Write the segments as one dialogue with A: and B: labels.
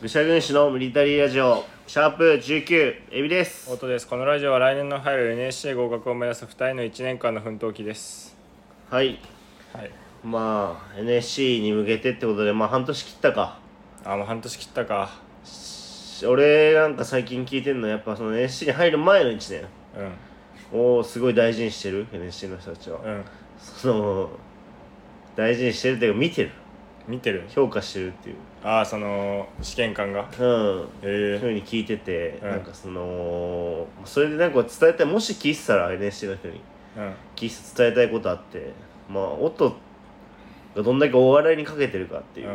A: 愚者軍師のミリタリーラジオシャープ19エビです
B: 音ですこのラジオは来年の春 NSC 合格を目指す2人の1年間の奮闘期です
A: はい
B: はい
A: まあ NSC に向けてってことでまあ半年切ったか
B: あもう半年切ったか
A: し俺なんか最近聞いてんのはやっぱその NSC に入る前の1年
B: う
A: をすごい大事にしてる NSC の人たちは、
B: んうん
A: その大事にしてるっていうか見てる
B: 見てる
A: 評価してるっていう
B: ああその試験官が
A: うん
B: え
A: ふ
B: え
A: うに聞いてて、
B: うん
A: なんかそのそれでなんか伝えたいもし聞いてたら NSC の人に
B: うん
A: 聞いて伝えたいことあってまあ音がどんだけお笑いにかけてるかっていう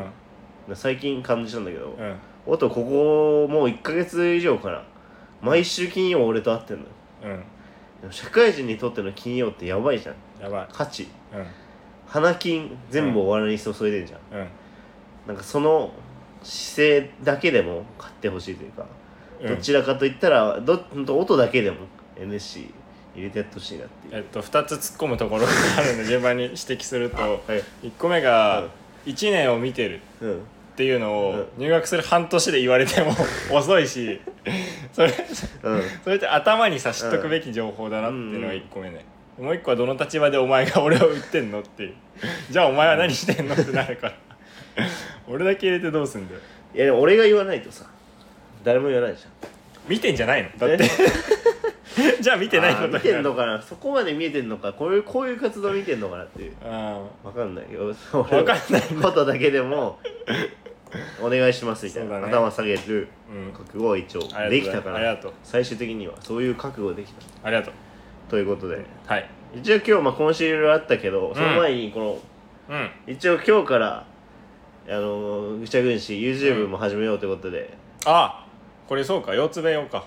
B: う、ん
A: 最近感じたんだけど、
B: うん
A: 音ここもう1ヶ月以上かな毎週金曜俺と会ってんのよ
B: うん
A: でも社会人にとっての金曜ってやばいじゃん
B: やばい
A: 価値
B: う
A: 花金全部お笑いに注いでんじゃん、
B: んうん
A: なんかその姿勢だけでも買ってほしいというか、
B: う
A: ど
B: ん
A: ちらかといったらどほんと音だけでも NSC 入れてやってほしいなっていう
B: えっと2つ突っ込むと ころがあるんで順番に指摘すると
A: はい
B: 1個目
A: う
B: が
A: ん
B: 1年を見てる
A: うん
B: っていうのを
A: う
B: 入学する半年で言われても 遅いしそれ
A: うん
B: それって頭にさ知っとくべき情報だなっていうのが
A: うん
B: 1個目ね、もう1個はどの立場でお前が俺を売ってんのって いうじゃあお前は何してんのってなるから 俺だけ入れてどうすんだよ
A: いやでも俺が言わないとさ誰も言わないじゃん
B: 見てんじゃないのだって じゃあ見てないこと
A: あー
B: にな
A: 見てんのかなそこまで見えてんのかこういうこういう活動見てんのかなっていう
B: あ
A: わかんないよわ
B: かんない
A: ことだけでもお願いしますみたい
B: そ
A: な、
B: うだね
A: 頭下げる
B: うん
A: 覚悟は一応
B: あ
A: で
B: り
A: き
B: がとう
A: た
B: ご
A: か
B: ざいます
A: ら
B: ありがとう
A: 最終的にはそういう覚悟できた
B: ありがとう
A: ということで
B: はい
A: 一応今日まあ今週いろいろあったけどその前にこの、
B: うん
A: 一応今日からあのー愚者軍師 YouTube も始めようということで、
B: あこれそうか腰痛弁用か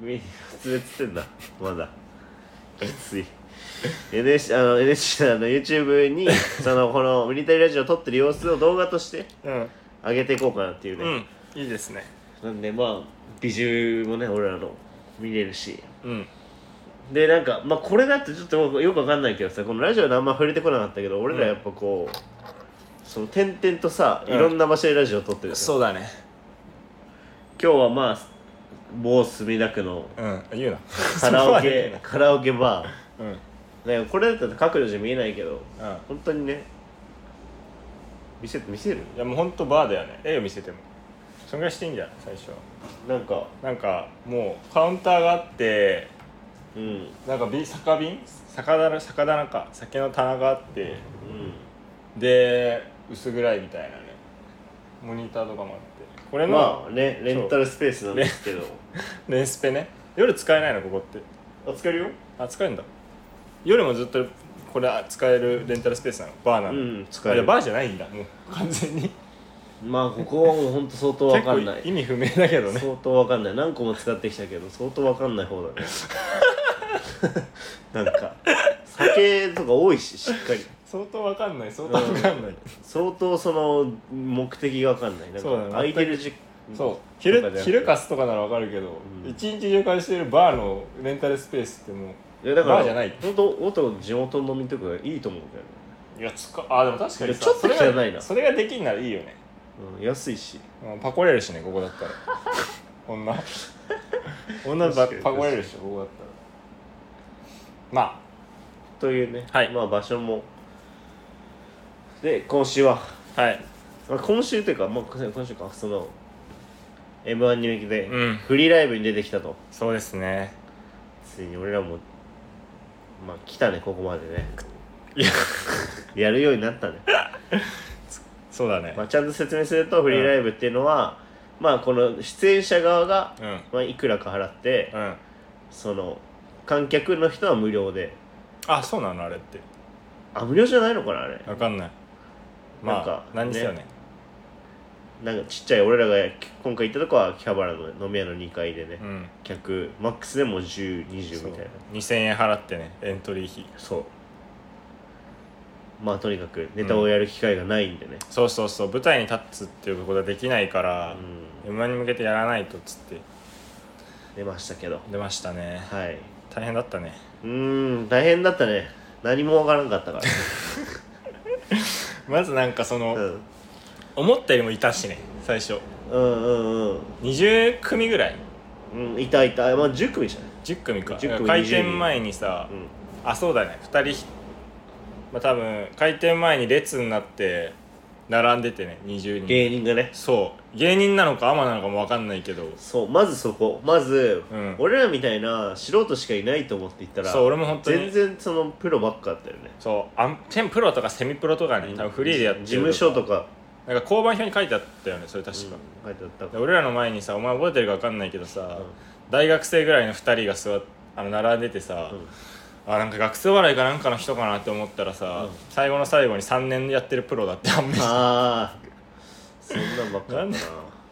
A: み普通つってんだまだきつい NSC あの NSC のあの YouTube にそのこのミリタリーラジオ撮ってる様子を動画として
B: うん
A: 上げていこうかなっていう
B: う
A: ね、
B: んいいですね
A: なんでまあ美獣もね俺らの見れるし
B: うん
A: でなんかまあこれだってちょっとよくわかんないけどさこのラジオであんま触れてこなかったけど俺らやっぱこう、その点々とさ
B: うん
A: いろんな場所でラジオ撮ってるじゃん
B: そうだね
A: 今日はまあ某墨田区の
B: うん言う な
A: カラオケカラオケバ
B: うんうん
A: ーねこれだったら各自見えないけど本当にね見せ見せる
B: いやもうほんとバーだよね絵を見せてもそんぐらいしていいんじゃない最初は
A: なんか
B: なんかもうカウンターがあって
A: うんうん
B: なんか瓶酒瓶酒棚酒棚か酒の棚があってで薄暗いみたいなねモニターとかもあってこれの、
A: まあねレンタルスペースなんですけど
B: レンスペね夜使えないのここって
A: あ使えるよ
B: あ使えるんだ夜もずっとこれあ使えるレンタルスペースなのバーなの、
A: うん使
B: あ
A: え
B: じ
A: る
B: ゃあバーじゃないんだもう完全に
A: まあここはもうほんと相当わ
B: 結
A: か
B: 構
A: んない
B: 意味不明だけどね
A: 相当わかんない何個も使ってきたけど相当わかんない方だ ねなんか酒とか多いししっかり
B: 相当わかんない相当わかんない、
A: 相当その目的がわかんないなん
B: そうだ
A: か
B: ね
A: 空いてる時
B: そう
A: とかじゃ
B: 昼
A: なくて
B: 昼貸すとかならわかるけど、
A: うん
B: 一日中貸してるバーのレンタルスペースっても
A: いやだから
B: バーじゃない
A: ほんと音の地元飲みとかがいいと思うけどね、
B: ういやつかあでも確
A: かにさちょっと汚いな
B: それがそれができんならいいよね、
A: うん、安いし
B: うん、パコれるしねここだったら女女ば
A: 確かに
B: パコれるしここだったらま
A: というね、
B: はい
A: まあ場所もで今週は、
B: あはい
A: まあ、今週というか、まあ、今週かその m 1に向けて
B: うん
A: フリーライブに出てきたと、
B: そうですね
A: ついに俺らもまあ来たねここまでね
B: いや
A: やるようになったね、
B: そうだね、
A: まあ、ちゃんと説明するとフリーライブっていうのは、まあこの出演者側が、
B: うん
A: まあ、いくらか払って、
B: うん
A: その観客の人は無料で
B: あそうなのあれって
A: あ無料じゃないのかなあれ
B: わかんないまあ
A: なんか
B: 何にせよね
A: なんかちっちゃい俺らが今回行ったとこは秋葉原の飲み屋の2階でね、
B: うん
A: 客マックスでも1020
B: そう
A: みたいな
B: 2000円払ってねエントリー費
A: そうまあとにかくネタをやる機会がないんでね、
B: そうそうそう舞台に立つっていうことができないから、m 1に向けてやらないとっつって
A: 出ましたけど
B: 出ましたね
A: はい
B: 大変だったね
A: うーん大変だったね何もわからんか ったか
B: まずなんかその、
A: らうん
B: 思ったよりもいたしね最初
A: うんうん
B: 20組ぐらい
A: うんうんいたいたまあ10組じゃない
B: 10組か
A: 10組
B: 開店前にさ、
A: うん
B: あそうだね2人まあ多分開店前に列になって並んでてね20人
A: 芸人がね
B: そう芸人なのかアマなのかも分かんないけど
A: そうまずそこまず、
B: うん
A: 俺らみたいな素人しかいないと思って行ったら
B: そう俺も本当
A: 全
B: に
A: 然そのプロばっかだったよね
B: そうあん全プロとかセミプロとかね多分フリーでやってる
A: 事務所とか、
B: なんか交番表に書いてあったよねそれ確か、
A: 書いてあった
B: で俺らの前にさお前覚えてるか分かんないけどさ、大学生ぐらいの2人が座っあの並んでてさ、
A: うん
B: あなんか学生笑いかなんかの人かなって思ったら
A: う
B: さ、
A: ん
B: 最後の最後に3年やってるプロだって判明した
A: ああそん なんばっかだ
B: な
A: っ
B: ん
A: た
B: です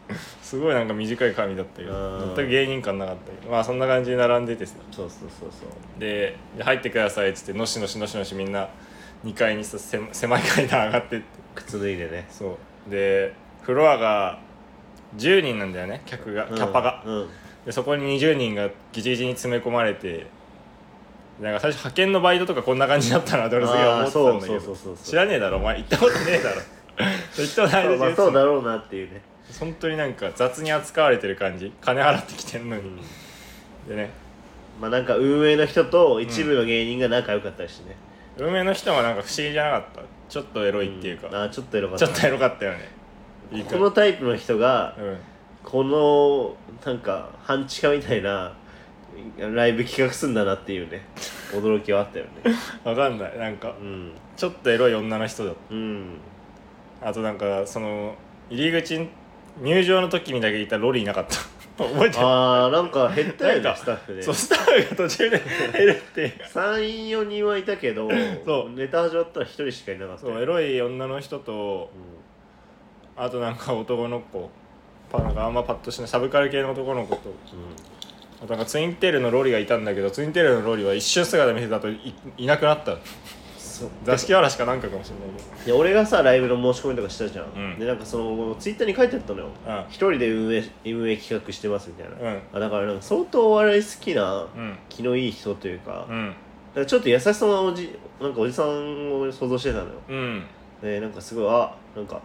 A: な
B: すごいなんか短い髪だったけど
A: うん
B: 全く芸人感なかったけどまあそんな感じで並んでてさ
A: そうそうそうそ
B: で「入ってください」っつってのしのしのしのしみんな2階にさ狭狭い階段上がってっ
A: う
B: て
A: 靴脱いでね
B: そうでフロアが10人なんだよね客がキャパが、
A: うん、うん
B: でそこに20人がギチギチに詰め込まれてなんか最初派遣のバイトとかこんな感じだったなって俺すげえ思ってたんだけ
A: あーそうそうそう
B: ど
A: そう
B: 知らねえだろお前行ったことねえだろ行ったことない
A: まあ
B: で
A: まあ
B: すよ
A: そうだろうなっていうね、
B: 本当になんか雑に扱われてる感じ金払ってきてんの
A: う
B: に、
A: ん、
B: でね
A: まあなんか運営の人と一部の芸人が仲良かったりしてね、
B: 運営の人はなんか不思議じゃなかったちょっとエロ
A: う
B: いっていうか、
A: あーちょっとエロかっ
B: ち
A: た
B: ょっとエロかったよねいい
A: こ
B: か
A: のタイプの人が
B: うん
A: このなんか半地下みたいなライブ企画すんだなっていうね驚きはあったよね
B: わかんないなんか
A: うん
B: ちょっとエロい女の人だっ
A: うん
B: たあとなんかその入り口入場の時にだけいたロリいなかった 覚えてる
A: あーなんか減ったよ
B: なん
A: ね
B: か
A: スタッフで
B: そうスタッフが途中で減るっていう
A: 34人はいたけど
B: そう
A: ネタ始まったら1人しかいなかった
B: そうエロい女の人とあとなんか男の子パなんかあんまパッとしないサブカル系の男の子と
A: う
B: あとなんかツインテールのロリがいたんだけどツインテールのロリは一瞬姿見せた後いいなくなった座敷わらしかなんかかもしれない
A: ん、で俺がさライブの申し込みとかしたじゃん、
B: うん
A: でなんかそのツイッターに書いてあったのよ
B: けど
A: 一人で運営運営企画してますみたいな、
B: うん
A: あだからなんか相当お笑い好きな
B: うん
A: 気のいい人というか,、
B: う
A: だか
B: ん
A: らちょっと優しそうなおじなんかおじさんを想像してたのよ
B: うん
A: でなんかすごいあなんか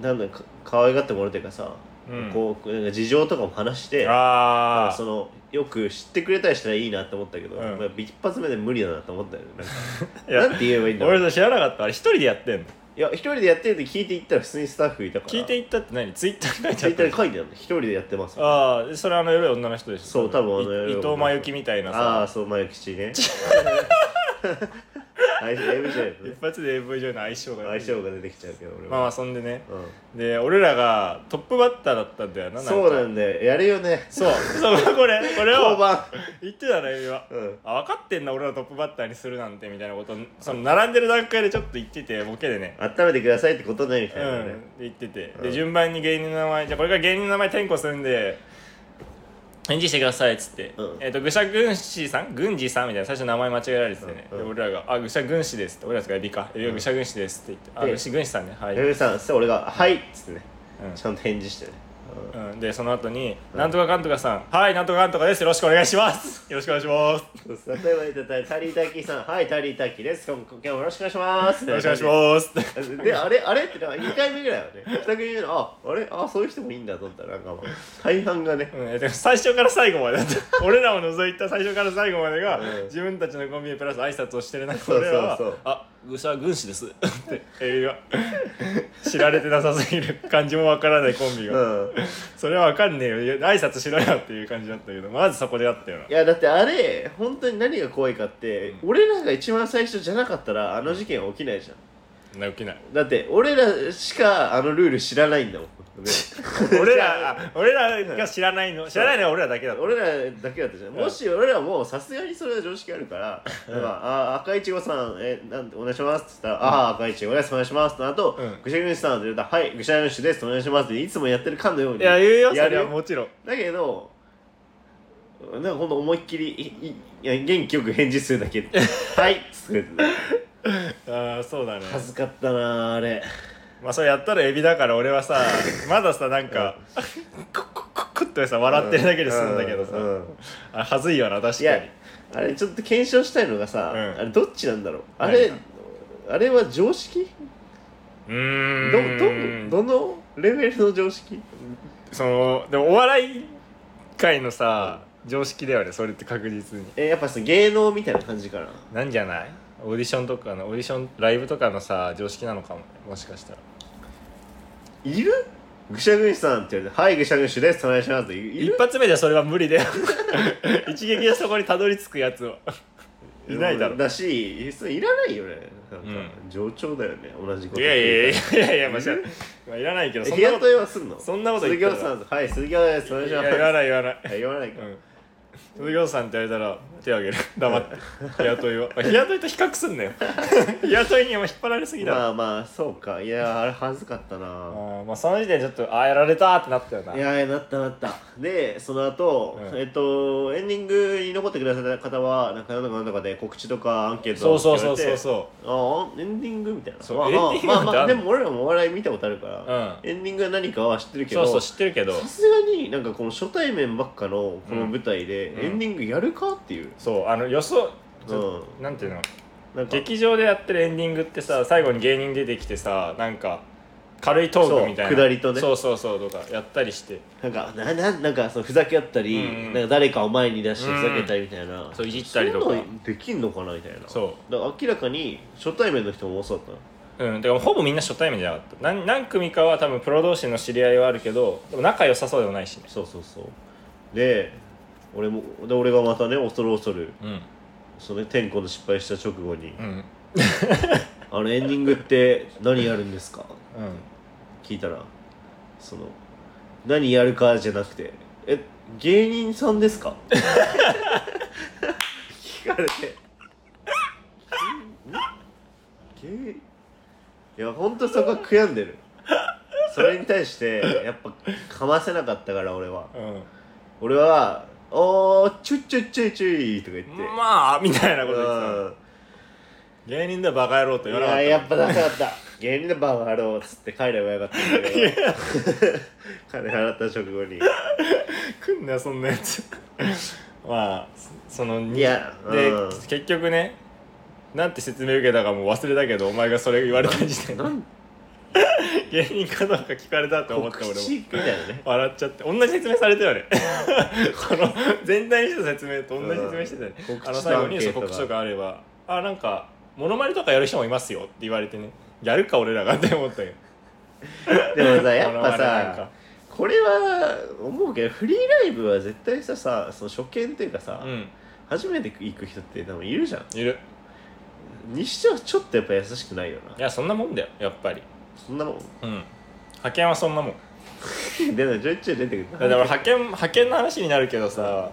A: なんだか可愛がってもらうというかさ、
B: うん
A: こうなんか事情とかも話して
B: あ
A: そのよく知ってくれたりしたらいいなと思ったけど、
B: うん
A: まあ一発目で無理だなと思ったよねなんか
B: い
A: な
B: や
A: んて言えばいいんだろ
B: 俺
A: う
B: さ知らなかったあれ一人でやってんの
A: いや一人でやってるって聞いていったら普通にスタッフいたから
B: 聞いていったって何ツイッターに書 い
A: ツイッタ
B: てあ
A: ー
B: っ
A: に書いてあるの一人でやってます
B: たああでそれあのエロい女の人でしょ
A: そう多分あのエロい
B: い
A: 女の
B: 伊
A: 人
B: 藤真由紀みたいな
A: ああ
B: さ
A: そう前吉ね相性 MJ のね
B: 一発で AV 上の相性が
A: 相性が出てきちゃうけど俺は、
B: まあ遊んでね
A: うん
B: で俺らがトップバッターだったんだよなか
A: そうなんだよやるよね
B: そうそうこれこれ
A: 交
B: を
A: 番
B: 言ってたのよ今
A: うん
B: あ分かってんな俺をトップバッターにするなんてみたいなことその並んでる段階でちょっと言っててボケでね
A: 温めてくださいってことねみ
B: う
A: たいなね、
B: ん言ってて
A: う
B: で
A: ん
B: 順番に芸人の名前じゃあこれから芸人の名前転校するんで返事してくださいっつって、
A: うん
B: えっ、と愚者軍師さん軍師さんみたいな最初名前間違えられててね、
A: うんうん
B: で俺らが「あ愚者軍師です」って俺らですか理科「いや愚者軍師です」って言って「あ
A: で
B: 愚者軍師さんねはい」
A: 矢部さんそしたら俺が「はい」っつってね、
B: うん
A: ちゃんと返事してね、うん
B: うん、でその後に、なんとかかんとかさんはいなんとかかんとかですよろしくお願いしますよろしくお願いします
A: そうです例えば言ったらタリータキさん、はい、タリータキです。今日も今日もよろしくお願いします。
B: よろしくお願いします
A: す。で、あれ、あれってなんか2回目ぐらいはね、二組目の、あ、あれ、あ、そういう人もいいんだと思ったら、なんかもう、大半がね、
B: うん、えでも最初から最後までだって俺らを除いた最初から最後までが、
A: うん
B: 自分たちのコンビニプラス挨拶をしてる中
A: そうそうそう
B: 俺らはあ愚者は軍師です」って映画知られてなさすぎる感じもわからないコンビ
A: う
B: が、
A: ん。
B: それはわかんねえよいや挨拶しろよっていう感じだったけどまずそこであったよない
A: や、だってあれ、本当に何が怖いかって、俺らが一番最初じゃなかったら、あの事件は起きないじゃん。
B: そんな起きない
A: だって、俺らしかあのルール知らないん だもん。ね
B: 俺らあ俺らが知らないの知らないのは俺らだけだった
A: 俺らだけだったじゃん
B: うん
A: もし俺らもさすがにそれは常識あるから「なんかあ赤いちごさんえなんてお願いします」って言ったら「ああ赤いちごですお願いします」ってあと
B: うん
A: 「ぐしゃぐしさん」って言ったら「はいぐしゃぐしですお願いします」っていつもやってるかのように
B: いや言うよ
A: や
B: そ
A: る
B: れは
A: よ
B: もちろん
A: だけどなんかほんと思いっきりいいいや元気よく返事するだ け「はい」っつって
B: ああそうだね
A: 恥ずかったなあれ
B: まあそれやったらエビだから俺はさまださなんか、クックックックッってさ笑ってるだけで済むんだけどさ、
A: ううん
B: あはずいよな確
A: い
B: か
A: や
B: に
A: あれちょっと検証したいのがさ、
B: うん
A: あれどっちなんだろうあれ
B: 何
A: あれは常識
B: うー
A: どど
B: ん
A: どのレベルの常識
B: そのでもお笑い界のさ常識だよねそれって確実に
A: えやっぱその芸能みたいな感じかな
B: なんじゃないオーディションとかのオーディションライブとかのさ常識なのかもねもしかしたら
A: いるぐしゃぐしさんって言われて「はいぐしゃぐしですお願いします」ってい
B: 一
A: る
B: 発目でそれは無理だよ一撃でそこにたどり着くやつはいないだろ
A: だしそれいらないよねなんか、
B: う
A: 冗長だよね同じこ
B: い
A: と
B: やいやいやいやいやまあ
A: い
B: じゃあ
A: る
B: まあいらないけど
A: え
B: そん
A: 日
B: なこと
A: 雇いはすんの
B: そんなこと言
A: 鈴
B: っ
A: 木
B: たら
A: さんはい鈴木さんですお願い
B: い
A: しま
B: や
A: す
B: 言わない言わない
A: いや言わないか、
B: うん卒業さんって言われたら手を挙げる黙って日雇いは日雇いと比較す んなよ日雇いには引っ張られすぎだろ
A: まあまあそうかいやあれ恥ずかった
B: あ
A: な
B: ーまあその時点でちょっとああやられたってなったよない
A: やーなったなったでその後、
B: うん
A: えっとエンディングに残ってくださった方はなんかなんとかなんとかで告知とかアンケート
B: そう
A: を
B: そう
A: 聞か
B: そ
A: れて
B: うそう
A: あ
B: そ
A: あエンディングみたいな
B: そう
A: まあ
B: エンディングって
A: まあまあま
B: あ
A: あ
B: る
A: でも俺らもお笑い見たことあるから、
B: う
A: エンディングが何かは知ってる
B: う
A: け
B: そ
A: ど
B: うそう知ってるけど
A: さすがになんかこの初対面ばっかのこの舞台で、
B: うん
A: エンディングやるかっていう、
B: そうあの予想ち
A: う
B: ょ
A: ん、
B: なんていうの
A: なんか
B: 劇場でやってるエンディングってさ最後に芸人出てきてさなんか軽いトークみたいな
A: そう下りとね
B: そうそうそうとかやったりして
A: なんかなななんかそのふざけ合ったり、
B: うん
A: なんか誰かを前に出してふざけたりみたいな、
B: そういじったりとか
A: そんなのできんのかなみたいな
B: そう
A: だから明らかに初対面の人も多そうだっ
B: うん、だからほぼみんな初対面じゃなかった何何組かは多分プロ同士の知り合いはあるけどでも仲良さそうでもないしね
A: たそうそうそうで俺もで俺がまたね恐る恐る
B: うん
A: その、ね、天候の失敗した直後に
B: うんうん
A: 「あのエンディングって何やるんですか?」聞いたらその「何やるか?」じゃなくて「え芸人さんですか? 」聞かれて 芸いやほんとそこは悔やんでるそれに対してやっぱかませなかったから俺は俺は「おーちゅっちゅっちゅいちゅい」とか言って
B: うん、まあみたいなこと言って
A: う
B: た芸人だバカ野郎と
A: んい
B: 言わなかった
A: ややっぱ ダメだった芸人のバカ野郎っつって帰ればよかったんだけど 金払った直後に
B: 来んなよそんなやつ まあそのに
A: いや
B: で、
A: うん
B: 結局ねなんて説明受けたかもう忘れたけどお前がそれ言われた時点で
A: なん
B: 芸人かどうか聞かれたって思った
A: 告
B: 俺も
A: 知みたいな ね
B: 笑っちゃって同じ説明されたよね この全体にした説明と同じ説明してたよね
A: うん
B: あの最後にそう告
A: 告
B: 知
A: 知
B: と
A: と
B: かあれば「あなんかモノマネとかやる人もいますよ」って言われてね「やるか俺らが」って思ったよ
A: でもさやっ
B: モノマ
A: ぱ
B: ネな
A: さ
B: んか
A: これは思うけどフリーライブは絶対ささその初見っていうかさ、
B: うん
A: 初めて行く人って多分いるじゃん
B: いる
A: にしてはちょっとやっぱ優しくないよない
B: やそんなもんだよやっぱり
A: そんなもん
B: うん派遣はそんなもん
A: 出ないちょいちょい出てくる
B: だから派遣派遣の話になるけどさ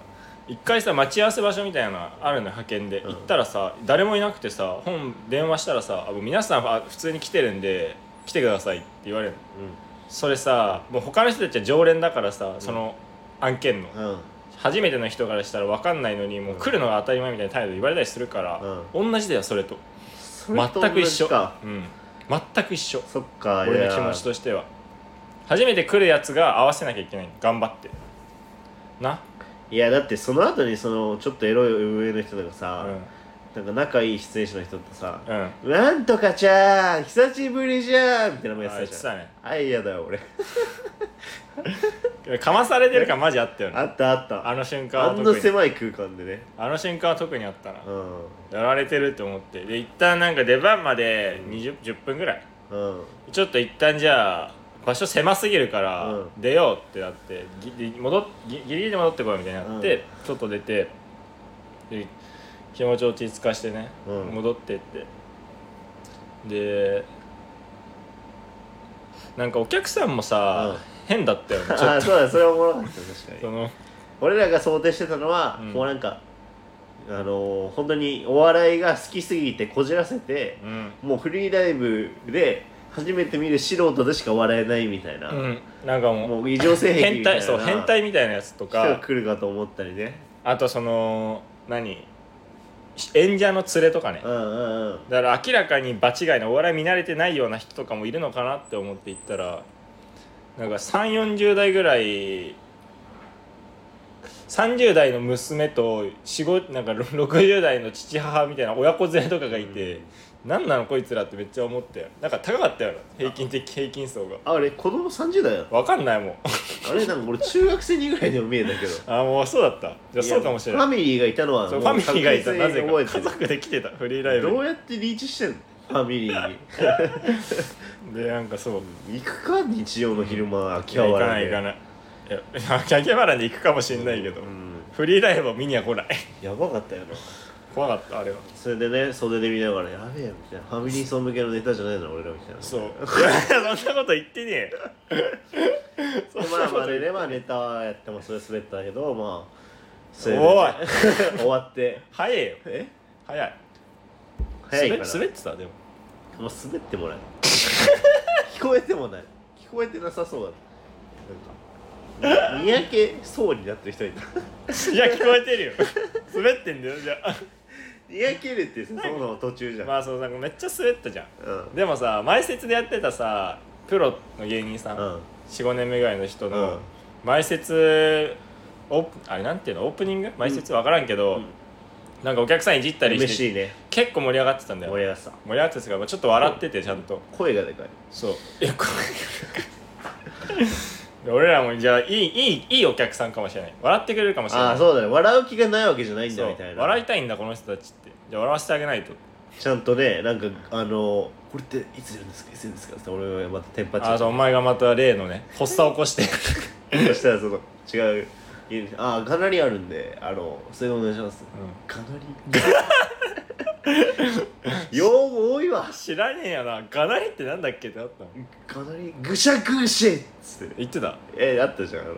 B: 一回さ待ち合わせ場所みたいなのあるのよ派遣で
A: う
B: 行
A: ん
B: ったらさ誰もいなくてさ本電話したらさあ「もう皆さんあ普通に来てるんで来てください」って言われるのそれさもう他の人たちは常連だからさその案件の
A: うんうん
B: 初めての人からしたら分かんないのにもう来るのが当たり前みたいな態度で言われたりするから、同じだよそれと
A: それと
B: 全く一
A: 同じ
B: 緒
A: か、
B: うん、全く一緒
A: そっか
B: 俺の気持ち
A: と
B: としては初めて来るやつが合わせなきゃいけない頑張ってな、
A: いやだってその後にそのちょっとエロい上の人とか
B: う
A: さ、
B: ん
A: なんか仲いい出演者の人とさ「
B: うん
A: なんとかちゃん久しぶりじゃん!」みたいなもんやっ
B: あ
A: て
B: い
A: た
B: つ
A: じゃん
B: だね
A: あいやだよ俺
B: かまされてる感マジあったよ
A: あ
B: ね
A: ったあった
B: あの瞬間
A: あ
B: は
A: んな
B: 特に
A: 狭い空間でね
B: あの瞬間は特にあったな
A: うん
B: やられてると思ってで一旦なんか出番まで20 10分ぐらい
A: うん
B: ちょっと一旦じゃあ場所狭すぎるから
A: うん
B: 出ようってなってギリ戻っギギリギリで戻ってこいみたいになって、
A: うん
B: ちょっと出てで気持ちを落ち着かしてね、
A: うん
B: 戻ってってでなんかお客さんもさ、
A: うん
B: 変だ ったよねちょっ
A: ああそうだそれはおもろかった確
B: と
A: か
B: そ
A: に
B: の
A: 俺らが想定してたのは、
B: うん
A: もうなんかあのー、本当にお笑いが好きすぎてこじらせて
B: う、ん、
A: もうフリーライブで初めて見る素人でしか笑えないみたいな、
B: うん、なんかもう
A: もう異常性癖
B: 変
A: みたい
B: 態
A: な
B: そう変態みたいなやつと
A: 人が
B: か
A: 来るかと思ったりね
B: あとその何演者の連れとかね、
A: うんうんうん
B: だから明らかに場違いのお笑い見慣れてないような人とかもいるのかなって思って行ったらなんか3 4 0代ぐらい30代の娘と45なんかろ60代の父母みたいな親子連れとかがいて、なんなのこいつらってめっちゃ思ってなんか高かったよな平均的平均層が
A: あれ子供30代だ
B: わかんないもん
A: あ れなんか俺中学生にぐらいでも見えたけど
B: あもうそうだったじゃあそうかもしれない
A: ファミリーがいたのは
B: そうフ
A: も
B: ァ
A: う
B: ミリーがいたな
A: 確実
B: ぜ
A: に
B: か
A: 覚え
B: 家
A: て
B: 族で来てたフリーライ
A: る
B: ブ
A: どうやってリーチしてんのファミリーに
B: にでなんかそう
A: 行くか日曜の昼間秋
B: いや
A: 葉
B: 行か
A: 原
B: ない
A: で
B: 行かないいや秋葉原に行くかもしれないけど、
A: うん
B: フリーライブを見には来ない
A: やばかったよな
B: 怖かったあれは
A: それでね袖で見ながら「やべえ」みたいなファミリー層向けのネタじゃないの俺らみたいな
B: そういやそんなこと言ってねえよ
A: でまあまあね、まあ、ネタはやってもそれ滑ったけどまあそれで
B: おい
A: 終わって
B: 早えよ
A: え
B: 早い
A: 早いから
B: 滑滑ってたでも
A: もう滑ってもない 聞こえてもない聞こえてなさそうだなんか三宅そうになってる人いた
B: いや聞こえてるよ 滑ってんだよじゃ
A: 三宅るってさそもそも途中じゃ
B: あ
A: ん、
B: まあそうなんかめっちゃ滑ったじゃん
A: うん
B: でもさ前説でやってたさプロの芸人さん、
A: うん
B: 45年目ぐらいの人
A: うん
B: の前説オープあれなんていうのオープニング前説分からんけど、
A: うん
B: なんかお客さんいじったりして
A: 嬉しいね
B: 結構盛り上がってたんだよ
A: 盛り上がってた
B: 盛り上がってたからちょっと笑っててちゃんと
A: 声がでかい
B: そういやこれ俺らもじゃあいいいいいいお客さんかもしれない笑ってくれるかもしれない
A: ああそうだね笑う気がないわけじゃないんだ
B: そう
A: みたいな
B: 笑いたいんだこの人たちってじゃあ笑わせてあげないと
A: ちゃんとねなんかあの「これっていつやるんですかいつやるんですか?」って俺はまたテンパっちゃ
B: あ
A: っ
B: と
A: た
B: お前がまた例 のね発作起こして
A: そしたらその違う家にああかなりあるんであのそれお願いします、
B: う
A: かなり用語多いわ
B: 知らねえよなガナリってなんだっけってなったの
A: かなりぐしゃぐしっつって
B: 言ってた
A: えあったじゃんあの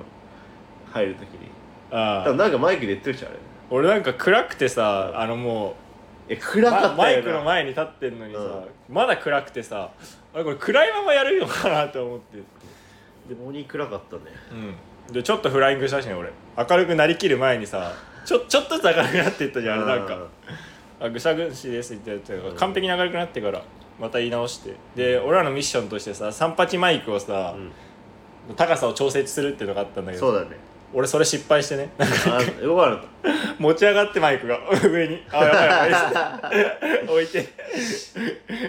A: 入るときに多
B: あ
A: 分
B: あ
A: なんかマイクで言ってるじゃんあれ
B: 俺なんか暗くてさあのも
A: え
B: う
A: 暗かったよな
B: まマイクの前に立ってんのにさ、まだ暗くてさあれこれ暗いままやるのかなと思って
A: でもに暗かったね
B: うんでちょっとフライングしたしね俺明るくなりきる前にさちょちょっとずつ明るくなっていったじゃんあれなんかあぐしゃぐしですって言ってたから
A: うん
B: 完璧に明るくなってからまた言い直してで俺らのミッションとしてさ38マイクを
A: あ
B: さ
A: ー、
B: 高さを調節するっていうのがあったんだ
A: う
B: け
A: ん、そう
B: ど
A: だね
B: 俺それ失敗してね
A: あよかっ
B: 持ち上がってマイクが 上に あやばいやばい
A: た
B: 置いて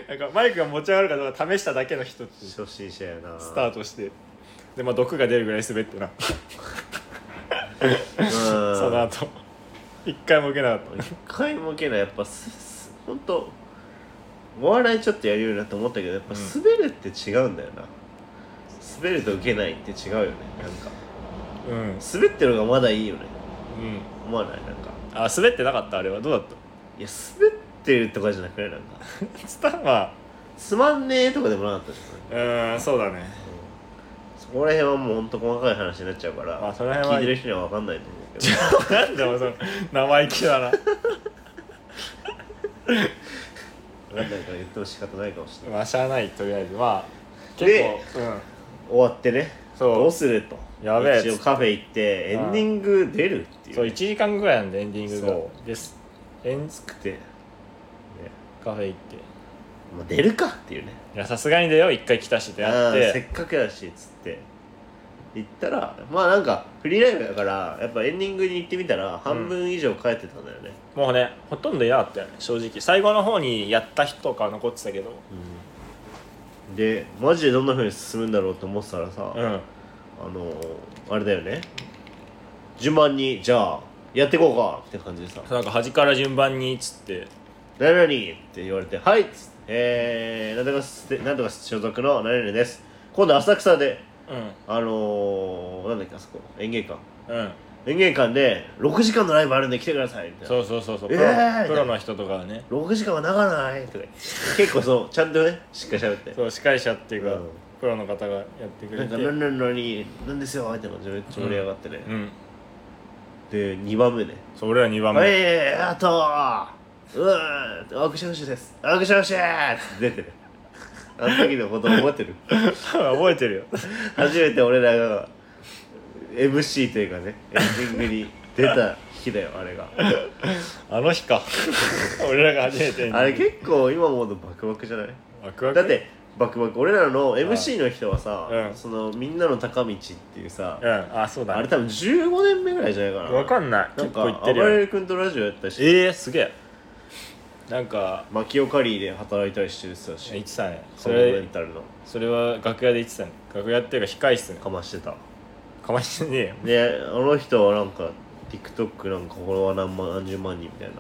B: なんかマイクが持ち上がるかどうか試しただけの人っていう
A: 初心者やな
B: スタートしてでまあ毒が出るぐらい滑ってな
A: うん
B: その後一回も受けなかった
A: 一回も受けないやっぱすすほんとお笑いちょっとやるようになって思ったけどやっぱ
B: うん
A: 滑るって違うんだよな、滑ると受けないって違うよねなんか
B: うん
A: 滑ってるのがまだいいよね
B: うん
A: 思わないなんか
B: あ滑ってなかったあれはどうだっ
A: いや滑ってるとかじゃなくないなんか
B: たスターは
A: つまんねえとかでもなかったじゃん
B: うーんそうだね
A: そこら辺はもうほんと細かい話になっちゃうから、
B: まあその辺は
A: 聞いてる人には分かんないと思うけど
B: なんでもその生意気だな
A: 分かんないから言っても仕方ないかもしれない
B: まあしゃあないとりあえずまあ
A: で
B: 結構うん
A: 終わってね
B: そう
A: どうすると
B: やべえ
A: 一応カフェ行ってエ
B: うん
A: ンディング出るっていう
B: そう1時間ぐらいなんでエンディングが
A: そ
B: ですエンス
A: くて、ね
B: カフェ行ってい
A: まあ、出るかっていうね
B: やさすがにだよ一回来たしって
A: あ
B: なっ
A: ーせってかくだしっつって行ったらまあなんかフリーライブだからやっぱエンディングに行ってみたら半分以上帰ってたんだよね、
B: もうねほとんど嫌だったよね正直最後の方にやった人とかは残ってたけど
A: でマジでどんな風に進むんだろうと思ってたらさ、
B: う
A: あ
B: ん
A: のーあれだよね順番にじゃあやっていこうかって感じでさ
B: なんか端から順番にっつって
A: 何々って言われて、はいっつってえー、なんとかすなんとか所属の何々です。今度浅草で、
B: う
A: あのー、なんだっけ、あそこ、演芸館。
B: んうん
A: 演芸館で、6時間のライブあるんで来てください、みたいな。
B: そうそうそうそう
A: え
B: プ
A: ー
B: ロ,、
A: みたいな
B: プロの人とかはね
A: 6時間は長ないとか言って結構そう、ちゃんとね、しっかり喋って。
B: そう司会者っていうか、
A: うん
B: プロの方がやってく
A: な
B: れ
A: ん
B: て
A: か、何々何々なんですよ、みたいな感じでめっちゃ盛り上がってね。
B: うん
A: で、2番目ね。
B: そう俺ら2番目、
A: はい、あとうーん、握手握手です。握手握手って出てね。あの時のこと覚えてる
B: 覚えてるよ
A: 初めて俺らが MC というかねエンディングに出た日だよあれが
B: あの日か 俺らが初めて
A: あれ結構今思うとバクバクじゃない
B: ワクワク
A: だってバクバク俺らの MC の人はさ、
B: うん
A: そのみんなの高道っていうさ、
B: うんあそうだ
A: あれ
B: ね
A: 多分15年目ぐらいじゃないかな
B: わかんない
A: なん
B: 結
A: か
B: 構行っ
A: あば
B: てるよ
A: れ
B: ね
A: る君とラジオやったりして
B: えー、すげえなんか
A: マキオカリーで働いたりしてるって言ってた
B: 言っ
A: して
B: たねそ
A: それレ
B: れ
A: ンタルの
B: それは楽屋で言ってたね楽屋っていうか控え室ね
A: かましてた
B: かましてねえ
A: で
B: よ
A: あの人はなんか TikTok なんかフォロワー何万何十万人みたいな
B: あ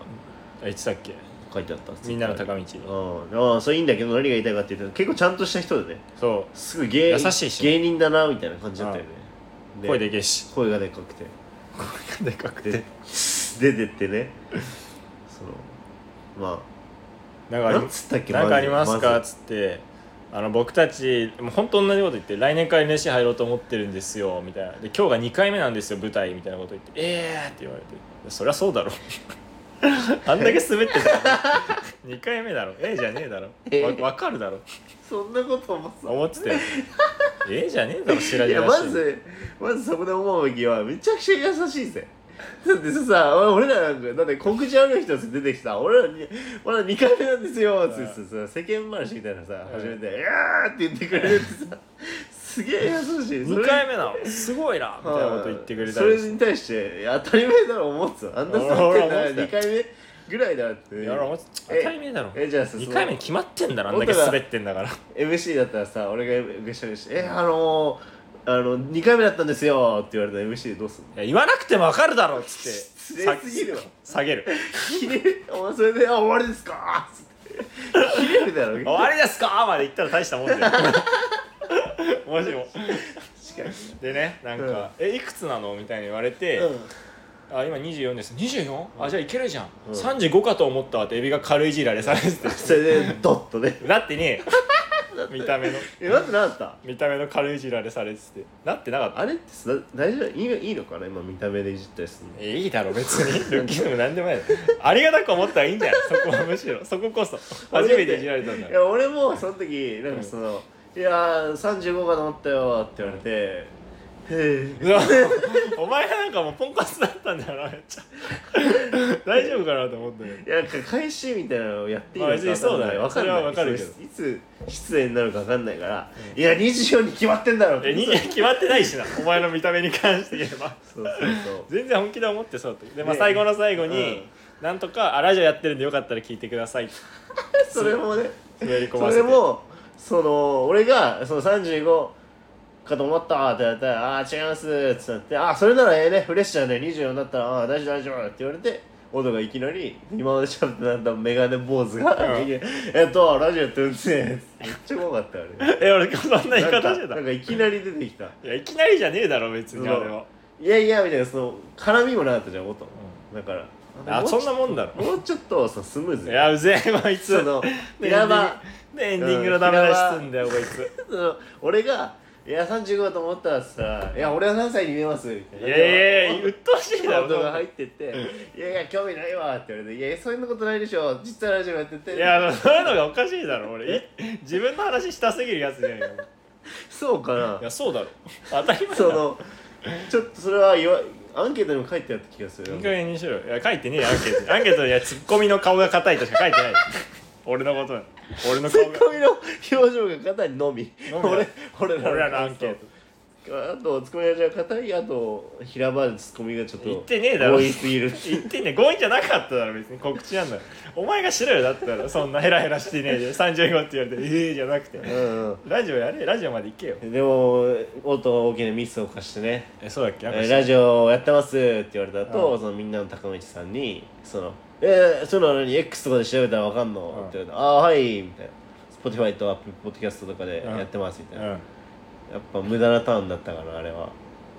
B: 言ってたっけ
A: 書いてあったっ
B: みんなの
A: い
B: 高道
A: うんああそれいいんだけど何が言いたいかっていうと結構ちゃんとした人でね
B: そ
A: すごい芸
B: 優しいしね
A: 芸人だなみたいな感じだったよね
B: う声でけえ し
A: 声がでかくて
B: でかく
A: で 出てってねそのま
B: なん
A: あ
B: かあり
A: なんつったっけ
B: なんかありますか
A: ま
B: っ
A: ず
B: つってあの僕たちもう本当同じこと言って来年から NSC 入ろうと思ってるんですよみたいなで今日が2回目なんですよ舞台みたいなこと言ってええー、って言われてそりゃそうだろ あんだけ滑ってた2 回目だろええじゃねえだろ
A: え
B: わわかるだろ
A: そんなこともさ
B: 思ってたよええじゃねえだろ知ら
A: い
B: じ
A: や
B: らし
A: まずまずそこで思うべきはめちゃくちゃ優しいぜだってさ俺らなんかだって告知ある人って出てきてさ俺らに「俺ら2回目なんですよ」つってさ世間話みたいなさ
B: うん
A: 初めて「いやー」って言ってくれるってさすげえ優しいそれ
B: 2回目なのすごいなみたいなこと言ってくれた
A: そ
B: り
A: れ
B: して
A: に対していや当たり前だろ思ってたあんなさってんなら
B: 俺思
A: 2
B: ってた
A: 回目ぐらいだって
B: いや俺も当たり前だろ
A: えじゃあさ
B: 2回目に決まってんだろあんだけ滑ってんだから
A: MC だったらさ俺が MC にして「えあのー、あの2回目だったんですよ」って言われたら MC でどうすんの
B: いや言わなくてもわかるだろっつって
A: 失礼すぎるわ
B: 下げる
A: ひねお前それで「あ終わりですか?」 っつってひねるだろ
B: 終わりですかまで言ったら大したもんだよ もしも
A: 確か
B: でねなんか「えいくつなの?」みたいに言われて「
A: に、うん、
B: あ今24です 24? あじゃあいけるじゃん、
A: うん
B: 35かと思ったわ」ってエビが軽いじられされてて
A: それでドッとね
B: なってねえ見た目の
A: えなんでなかった
B: 見た目の軽いじられされててなってなかった
A: あれってさ大丈夫いいいいのかな今見た目でいじったりするの
B: いいだろ別 にルッキズムなんでもないありがたく思ったらいいんじゃないそこはむしろそここそ初めていじられたんだ
A: いや俺もその時なんかその「いやー35かと思ったよ」って言われて「へえ
B: うわ お前なんかもうポンコツだったんだよなめっちゃ大丈夫かなと思ったよ
A: いやなんか返しみたいなのをやっていいの
B: ま
A: か
B: あ別にそうだよ
A: わかんない
B: それはわかるけど
A: いつ失礼になるかわかんないから、いや24に決まってんだろ
B: え人間決まってないしなお前の見た目に関して言えば
A: そうそうそう
B: 全然本気で思ってそうだったで、まあ、
A: ね
B: 最後の最後に、
A: う
B: なんとかあラジオやってるんでよかったら聞いてくださいって
A: それもね
B: 滑り込
A: そ
B: ませて
A: れもその俺がその35かと思ったって言われたら「ああー違います」ってなって「ああそれならええねフレッシュだね24になったらああー大丈夫大丈夫」って言われてオドがいきなり今までしゃべってなかったメガネ坊主が「
B: うん
A: えっとラジオやってるんですね」めっちゃ怖かったよあれ
B: え俺そんな言い
A: なん
B: 方
A: か
B: してた
A: なん
B: い
A: かいきなり出てきた
B: やいきなりじゃねえだろ別にあれは
A: 「いやいや」みたいなその絡みもなかったじゃん音、だから
B: あそんなもんだろ
A: もうちょっとさスムーズ
B: い
A: に
B: やうぜえこいつ
A: その
B: で
A: 平場
B: エンディングでエンディングのダメ出しすんだよこいつ
A: その俺が「いや35だと思ったらさ「いや俺は何歳に見えます」みたい
B: い
A: な
B: やいやいや
A: 音
B: 鬱陶しいだろ
A: 音が入ってって「いやいや興味ないわ」って言われて「いやいやそんなことないでしょ実はラジオやってて」
B: いやそういうのがおかしいだろ俺い自分の話したすぎるやつじゃないよ
A: そうかない
B: やそうだろ当たり前だ
A: そ
B: ろ
A: のちょっとそれは言わアンケートにも書いてあった気がする
B: いい加減にしろよいや書いてねえよアンケートにアンケートにはツッコミの顔が硬いとしか書いてないよ俺のことなの俺の
A: ツ
B: 顔
A: ッ
B: が
A: コミの表情が肩にのみ
B: のみだ
A: 俺俺
B: 俺らのアンケート
A: トあとツッコミの表情が硬いあと平場でツッコミがちょっと
B: 言ってねえだろ
A: 多いすぎる
B: 言ってんね強引じゃなかっただろ別に告知なんだよお前がしろよだったらそんなヘラヘラしてねえで35って言われてええじゃなくて
A: うんうん
B: ラジオやれラジオまで行けよ
A: でも音が大きなミスを犯してね
B: えそうだっけなんか
A: えーラジオやってますって言われた後、
B: うん
A: そのみんなの高道さんに「そのえー、そういうのに X とかで調べたらわかんの?
B: うん」
A: って言われて「ああーはい」みたいな「Spotify と Apple Podcast とかで
B: うん
A: やってます」みた
B: う
A: いな、
B: ん
A: やっぱ無駄なターンだったからあれは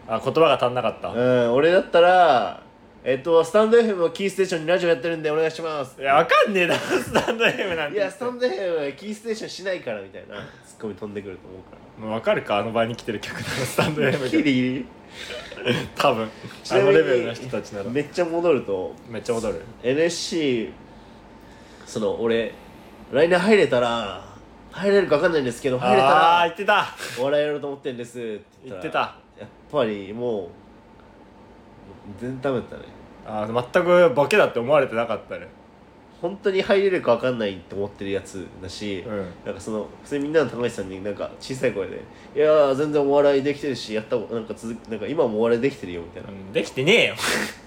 B: あ言葉が足んなかった
A: うん俺だったらえっ、とスタンド FM をキーステーションにラジオやってるんでお願いします
B: いやわかんねえだろスタンド FM なん
A: い
B: て
A: やスタンド FM はキーステーションしないからみたいなツッコミ飛んでくると思うか
B: もうわかるかあの場に来てる客のスタン ド
A: ら
B: FM が
A: リギリ
B: 多分
A: ち
B: あ
A: なみ
B: の
A: に
B: レベルの人たちなら
A: めっちゃ戻ると
B: めっちゃ戻る
A: NSC その俺来年入れたら入れるか分かんないんですけど入れた
B: ああ言
A: ら
B: ってた
A: お笑いやろうと思ってんですって言
B: 言っ
A: った
B: て
A: ら
B: た
A: やっぱりもう全然ダメだったね
B: あー全くボケだって思われてなかったね
A: 本当に入れるか分かんないって思ってるやつだし、
B: うん
A: なんかその普通にみんなの高橋さんになんか小さい声で「いやー全然お笑いできてるしやったことなんか続なんか今もお笑いできてるよ」みたいな
B: うんで きてねえよ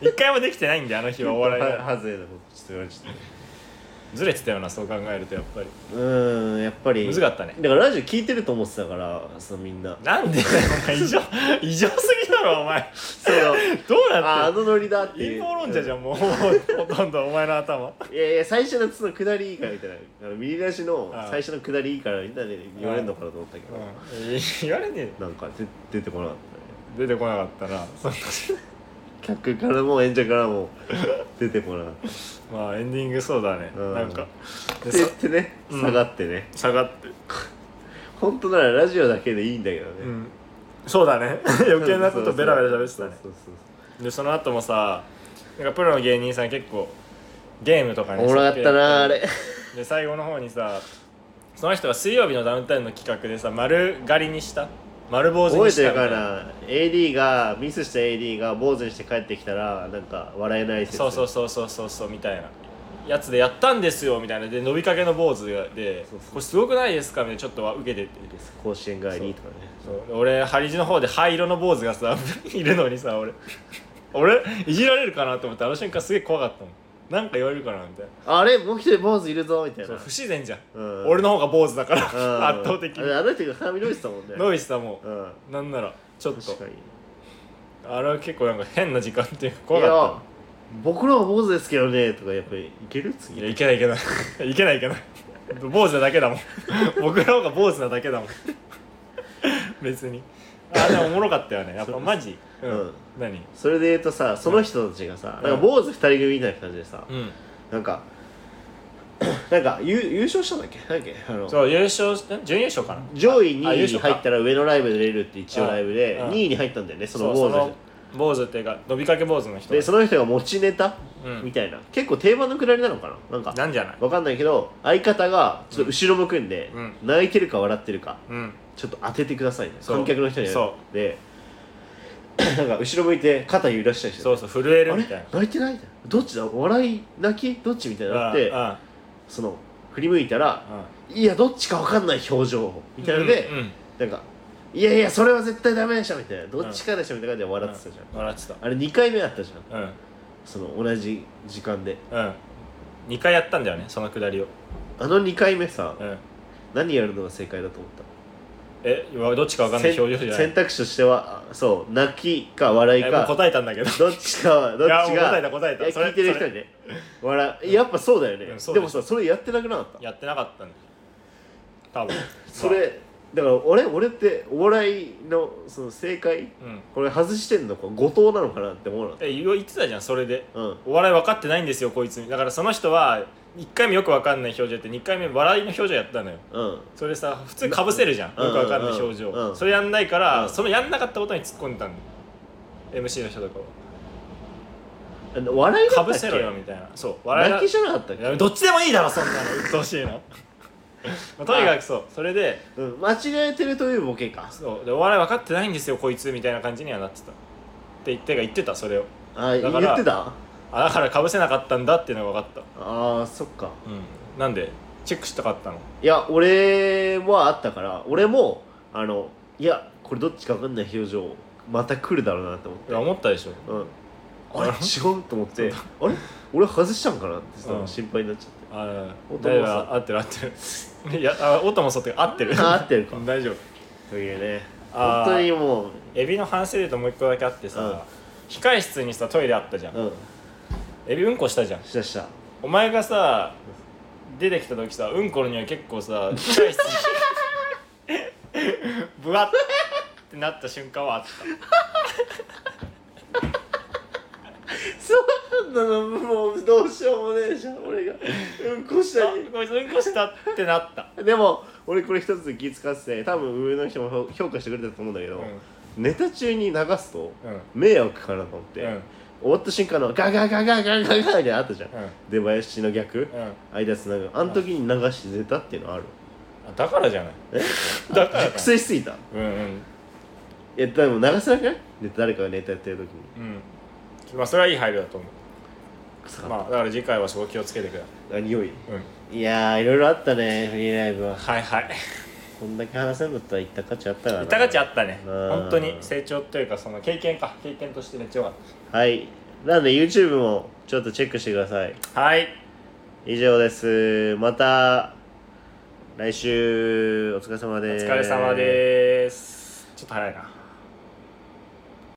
B: 一回もできてないんであの日はお笑い
A: は
B: が
A: はずれなことちょっと言われちゃった
B: ずれてたよなそう考えるとやっぱり
A: うーんやっぱり
B: むずかったね
A: だからラジオ聞いてると思ってたからそのみんな
B: なんでだよお前異常 異常すぎだろお前
A: その
B: どう
A: あ
B: な
A: あ
B: って
A: のノリだってい
B: 陰
A: う
B: 謀論者じゃんもうほとんどお前の頭
A: いやいや最初のその下りいいからみたいなあのミリラジの
B: ああ
A: 最初の下りいいからみたいな言われるのかなと思ったけど、
B: うん言われねえよ
A: なんか出出てこなかっ
B: 出てこなかったなそんな
A: たね客からも演者からも 出てこなかっ
B: まあエンディングそうだね、
A: うん
B: なんか
A: た
B: で
A: でっ
B: さ
A: てね
B: うん
A: 下がってね、
B: 下がって、
A: 本当ならラジオだけでいいんだけどね、
B: うん、そうだね 余計なことベラベラ喋ってたね
A: そうそう
B: でその後もさなんかプロの芸人さん結構ゲームとか
A: そう
B: に
A: おもろかったなあれ
B: で最後の方にさその人が水曜日のダウンタウンの企画でさ丸刈りにした丸坊主
A: 覚
B: に
A: え
B: してた
A: る
B: みた
A: か
B: いな
A: な AD がミスした AD が坊主にして帰ってきたらなんか笑えない説
B: そうそうそうそうそうそうみたいなやつでやったんですよみたいなで伸びかけの坊主がで
A: そうそう
B: これすごくないですかみたいなちょっとは受けてて
A: 甲子園帰りとかね
B: そうで俺ハリジの方で灰色の坊主がさ いるのにさ俺俺いじられるかなと思ってあの瞬間すげえ怖かったもんなんか言われるかなみたいな
A: あれもう一人坊主いるぞみたい
B: そう
A: な
B: 不自然じゃん、
A: うん
B: 俺の方が坊主だから
A: うん
B: 圧倒的
A: あれ
B: に
A: あの人が髪伸びてたもんね
B: ノイさんも
A: うん
B: なんならちょっと
A: 確かに
B: あれは結構なんか変な時間っていうか怖
A: いや
B: かっ
A: 僕らは坊主ですけどねとかやっぱりいける
B: た
A: 次
B: いやいけないいけないい けないいけない坊主なだけだ もん僕の方が坊主なだけだもん別にあでもおもろかったよねやっぱマジう
A: うん
B: ん何
A: それで言うとさその人たちがさ、
B: うん
A: なんか坊主二人組みたいな感じでさ、
B: うん
A: なんか なんか優優勝したんだっけなんだっけあの
B: そう優勝しん準優勝かな
A: 上位2
B: あ優
A: 位に
B: 勝か
A: 入ったら上のライブで出るって一応ライブで
B: うんうん
A: 2位に入ったんだよねそ
B: そ
A: の
B: うそ
A: 坊主
B: の坊主っていうか伸びかけ坊主の人
A: でその人が持ちネタ、
B: うん
A: みたいな結構定番のくだりなのかななんか
B: なんじゃない
A: わかんないけど相方がちょっと後ろ向くんで、
B: うん
A: 泣いてるか笑ってるか
B: うん
A: ちょっと当ててくださいね
B: そう
A: 観客の人にやる
B: そ
A: で なんか後ろ向いて肩揺らしたりして
B: そうそう震える
A: あ
B: み
A: れ
B: たいな
A: 泣いてないどっちだ笑い泣きどっちみたいになって
B: あ
A: その振り向いたら
B: あ
A: いやどっちかわかんない表情みたいなので、
B: うんうん
A: なんか「いやいやそれは絶対ダメでしょ」みたいな「どっちかでしょ」みたいな感じで笑ってたじゃん、
B: 笑ってた
A: あれ2回目だったじゃん
B: うん
A: その同じ時間で
B: うん2回やったんだよねそのくだりを
A: あの2回目さ、
B: うん
A: 何やるのが正解だと思っ
B: えどっち
A: た
B: かわかんない表情じゃない
A: 選択肢としてはあそう泣きか笑い
B: えもう
A: か
B: 答えたんだけど
A: どっちかはどっちが
B: いやもう答えた答えた
A: いや
B: それ
A: 聞いてる人にね笑うやっぱそうだよね、
B: うんそう
A: で
B: だ
A: も
B: よ
A: さそれやってなくなかった
B: やってなかったんだ多分
A: それだから俺俺ってお笑いのその正解
B: うん
A: これ外してんのか後藤なのかなって思うの
B: え言ってたじゃんそれで
A: うん
B: お笑い分かってないんですよこいつにだからその人は1回目よく分かんない表情やって2回目笑いの表情やったのよ
A: うん
B: それさ普通かぶせるじゃんよく
A: うん
B: 分かんない表
A: うんう
B: 情
A: ん
B: それやんないか
A: う
B: ら
A: ん
B: そのやんなかったことに突っ込んでたの MC の人とかを
A: あの笑いだ
B: か
A: った
B: ぶ
A: っけ
B: せろよみたいなそう笑いな
A: 泣きじゃなかったっ
B: いや
A: け
B: どっちでもいいだろそんなのうっと うしいなまあとにかくそうそれで
A: うん間違えてるというボケか
B: そうでお笑い分かってないんですよこいつみたいな感じにはなってたって言ってが言ってたそれを
A: あ言
B: だから
A: ってた
B: あだからかぶせなかったんだっていうのが分かっ
A: あーそっか
B: たうんなんでチェックしたかったの
A: いや俺はあったから俺もあのいやこれどっちか分かんない表情また来るだろうなと思っ
B: い
A: て
B: や思ったでしょ
A: うんあれ違うと思ってあれ俺外したんかなってさ
B: うん
A: 心配になっちゃって
B: ああ
A: 音もそう
B: だいぶ合ってる合ってる いやあ音もそうっていうか合ってる
A: あ合ってるか
B: 大丈夫
A: というね
B: あ
A: 本
B: ー
A: 当にもう
B: エビの反省で言うともう一個だけあってさ、控え室にさトイレあったじゃん、
A: うん
B: エビうんこしたじゃん
A: したした
B: お前がさ出てきた時さうんこの匂い結構さ控え室に ブワッってなった瞬間 はあっ
A: そうなのもうどうしようもねえじゃん俺がうんこしたた
B: あこいつうんこしたってなった、
A: にでも俺これ一つ気使ってて多分上の人も評価してくれたと思うんだけ
B: う
A: ど、
B: ん
A: ネタ中に流すと
B: うん
A: 迷惑かなと思って、
B: うん
A: 終わった瞬間のガガガガガガガみたいなのあったじゃん、
B: うん
A: 出囃子の逆、
B: うん
A: 間つなぐあの時に流して出たっていうのある
B: あだからじゃない
A: え
B: だからだ
A: 癖しすぎたい
B: うんうん
A: やでも流せなくないで誰かがネタやってる時に
B: うんまあそれはいい配慮だと思
A: 臭
B: う
A: かっ
B: まあだから次回はそこ気をつけてくださ
A: た、あ匂い
B: い、うん、
A: いやーいろいろあったねフリーライブは
B: はいはい
A: こんだけ話せんだったら行った価値あったからな
B: 板価値あったね
A: うん
B: 本当に成長というかその経験か経験としてめっちゃよかっ
A: はいなんで YouTube もちょっとチェックしてください
B: たはい
A: 以上ですまた来週お疲れ様
B: お
A: です
B: 疲れ様ですちょっと早いな